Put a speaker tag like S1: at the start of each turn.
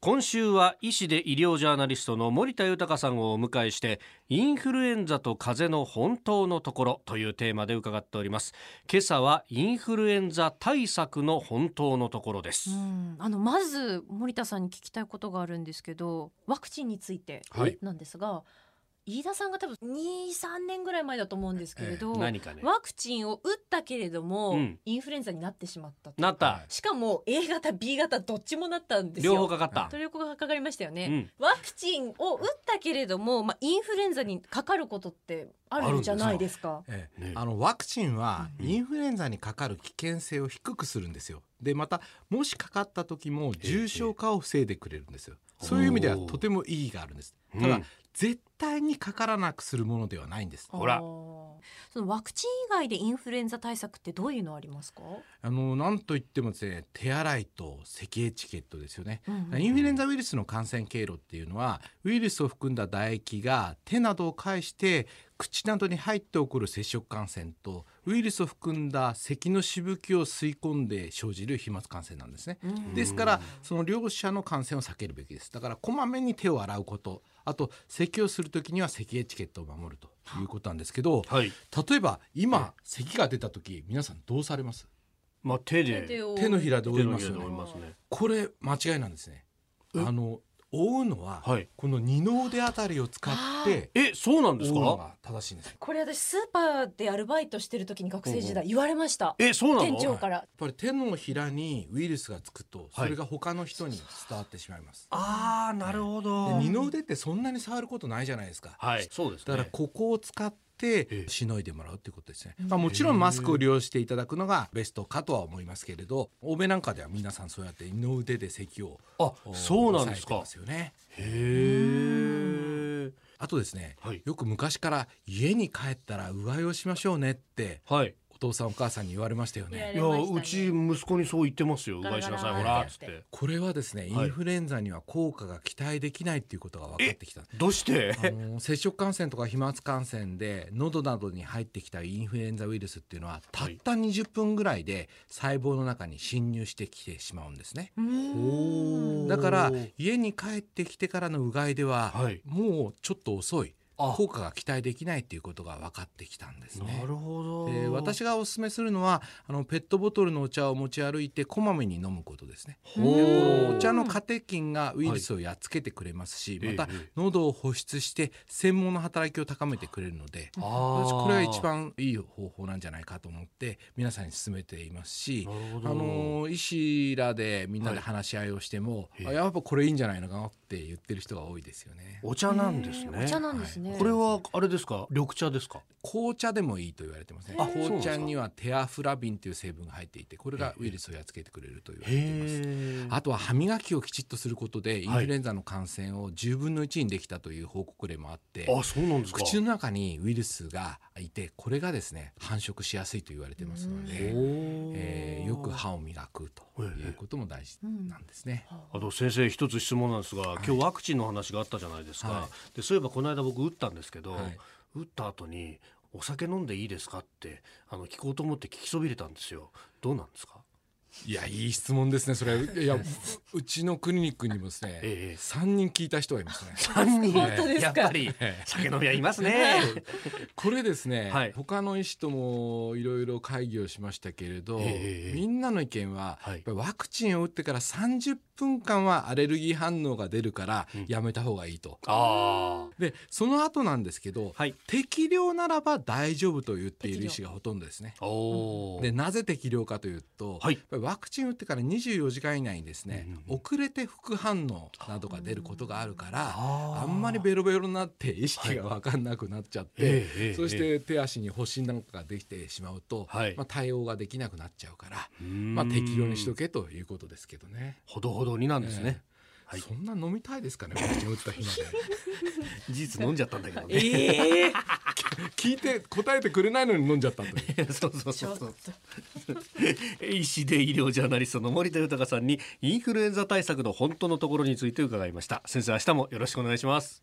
S1: 今週は医師で医療ジャーナリストの森田豊さんをお迎えしてインフルエンザと風邪の本当のところというテーマで伺っております今朝はインフルエンザ対策の本当のところです、
S2: うん、あのまず森田さんに聞きたいことがあるんですけどワクチンについて
S3: はい
S2: なんですが、飯田さんが多分23年ぐらい前だと思うんですけれど、
S1: 何かね
S2: ワクチンを打ったけれども、
S1: うん
S2: インフルエンザになってしまったと
S1: なった、
S3: は
S2: しかも A 型 B 型どっちもなったんですよ
S1: 両方かかった
S2: と、いうことがかかりましたよね、
S1: うん
S2: ワクチンを打ったけれども、まあ、インフルエンザにかかることってあるんじゃないですか
S3: ええ
S1: ね
S3: あのワクチンは
S1: うん
S3: インフルエンザにかかる危険性を低くするんですよ。でまたもしかかった時も重症化を防いでくれるんですよ。
S1: え
S3: そういう意味では
S1: おー
S3: とても意義があるんです。
S1: うん
S3: ただ、絶対にかからなくするものではないんです。
S1: ほら
S2: あーそのワクチン以外でインフルエンザ対策ってどういうのありますか、
S3: あのなんといってもですね手洗いと咳エチケットですよね。
S2: うんうん
S3: インフルエンザウイルスの感染経路っていうのはウイルスを含んだ唾液が手などを介して口などに入って起こる接触感染とウイルスを含んだ咳のしぶきを吸い込んで生じる飛沫感染なんですね。
S2: うん
S3: ですからその両者の感染を避けるべきです。だからこまめに手を洗うことあと咳をするときには咳エチケットを守るということなんですけど
S1: はい、
S3: 例えば今咳が出た時皆さんどうされます
S1: まあ、手
S2: 手
S1: で
S2: で
S3: 手のひらで覆い
S1: の
S3: ま
S1: ひ
S3: す
S1: ら
S3: よ
S1: で
S3: ね
S1: 覆いますね
S3: これ間違いなんですね。
S1: え
S3: あの覆うのは、
S1: はい
S3: この二の腕あたりを使って
S1: えそうなん
S3: 覆
S1: で
S3: う
S1: す
S3: の
S1: か
S3: が正しいんです。やっ
S2: これ私スーパーでアルバイトしてる時に学生時代言われました、
S1: えそうなの
S2: 店長から、
S3: ぱり手のひらにウイルスがつくと、それが他の人に伝わってしまいます。
S1: ああなるほど、
S3: で二の腕ってそんなに触ることないじゃないですか。
S1: はいそうですね
S3: だからここを使っ
S1: え
S3: て
S1: え
S3: しのいでもらうっていうことですね、
S2: うん
S3: まあ、もちろんマスクを利用していただくのがベストかとは思いますけれど欧米なんかでは皆さんそうやって二の腕で咳を
S1: あそうなんです
S3: 抑えて
S1: か
S3: ますよね
S1: へえ
S3: あとですね
S1: はい
S3: よく昔から家に帰ったらうがいをしましょうねって
S1: はい
S3: お父さんお母さんに言われましたよ
S2: 言われ
S3: ね
S1: いや、うち息子にそう言ってますよ。う
S2: ガ
S1: が
S2: ラ
S1: いし
S2: ガラ
S1: なさい、ほら、
S2: っ
S1: つ
S2: つ
S1: っ
S2: ってて。
S3: これはですねイ
S1: はい
S3: ンフルエンザには効果が期待できないっていうことが分かってきた
S1: どう して
S3: あの接触感染とか飛沫感染で喉などに入ってきたインフルエンザウイルスっていうのはたった20分ぐらいで細胞の中に侵入してきてしまうんですね
S2: うーん
S3: だから
S1: おー
S3: 家に帰ってきてからのうがいでは、
S1: はい
S3: もうちょっと遅い
S1: あ
S3: 効果が期待できないっていうことが分かってきたんですね
S1: なるほど。
S3: で私がおすすめするのはあのペットボトルのお茶を持ち歩いてこまめに飲むことですね。
S1: ほ
S3: でこ
S1: ー
S3: のお茶のカテキンがウイルスをやっつけてくれますし、
S1: はい
S3: また
S1: ええ
S3: 喉を保湿して専門の働きを高めてくれるので
S1: あ
S3: 私
S1: ー
S3: これは一。番いい方法なんじゃないかと思って皆さんに勧めていますし
S1: な。るほど。
S3: あの医師らでみんなで話し合いをしても、
S1: はい
S3: あやっぱこれいいんじゃないのかなって言ってる人が多いですよね。
S1: お茶なんです
S2: お
S1: ね。
S2: 茶なんですね、
S3: はい
S1: これはあれですか、緑茶ですか。
S3: 紅茶でもいいと言われてますね
S1: あそうなんで
S3: 紅
S1: すか
S3: 茶にはテアフラビンという成分が入っていてこれがウイルスをやっつけてくれると言われています
S1: へえ。
S3: あとは歯磨きをきちっとすることでインフルエンザの感染を10分の1にできたという報告例もあって、
S1: あ、そうなんですか。
S3: 口の中にウイルスがいてこれがですね繁殖しやすいと言われてますの
S1: お
S3: で、
S1: ー
S3: えーよく。歯を磨くということも大事なんですね。
S1: あと先生一つ質問なんですが、今日ワクチンの話があったじゃないですか。
S3: は
S1: で、そういえばこの間僕打ったんですけど、
S3: はい
S1: 打った後に。お酒飲んでいいですかってあの聞こうと思って聞きそびれたんですよどうなんですか
S3: いやいい質問ですねそれいやううちのクリニックにもですね、
S1: ええ
S3: 3人聞いた人が いますね。
S1: 三人
S2: 本当ですか
S1: やっぱり酒飲みはいます ね。
S3: これですね、
S1: はい
S3: 他の医師ともいろいろ会議をしましたけれど、
S1: ええ
S3: みんなの意見は、
S1: はい
S3: やっぱりワクチンを打ってから30分間はアレルギー反応が出るから
S1: うん
S3: やめた方がいいと。
S1: ああ、
S3: でその後なんですけど、
S1: はい。
S3: 適量ならば大丈夫と言っている医師がほとんどですね。
S1: おお。
S3: でなぜ適量かというと、
S1: はい
S3: やっぱりワクチン打ってから24時間以内にですね、
S1: うんうん
S3: 遅れて副反応などが出ることがあるから、
S1: あ
S3: あんまり
S1: ッ
S3: ベロベロになって意識が分かんなくなっちゃって、そし、
S1: ええ
S3: て手足に発疹なんかができてしまうと、
S1: はい
S3: まあ、対応ができなくなっちゃうから、
S1: ま
S3: まあ、適量にしと
S1: け。
S3: けということですけどね。
S1: ほどほどになんですね。はい
S3: そんな飲みたいですかね、ワクチン打った日ま
S1: 事実飲んじゃったんだけど
S2: え
S1: ね。
S2: え
S3: で。 聞いて答えてくれないのに飲んじゃったとい う。
S1: そうそう
S2: ち
S1: そ
S2: ょ
S1: う
S2: っ
S1: そ
S2: と
S1: う。医師で医療ジャーナリストの森田豊さんにインフルエンザ対策の本当のところについて伺いました。先生、明日もよろしくお願いします。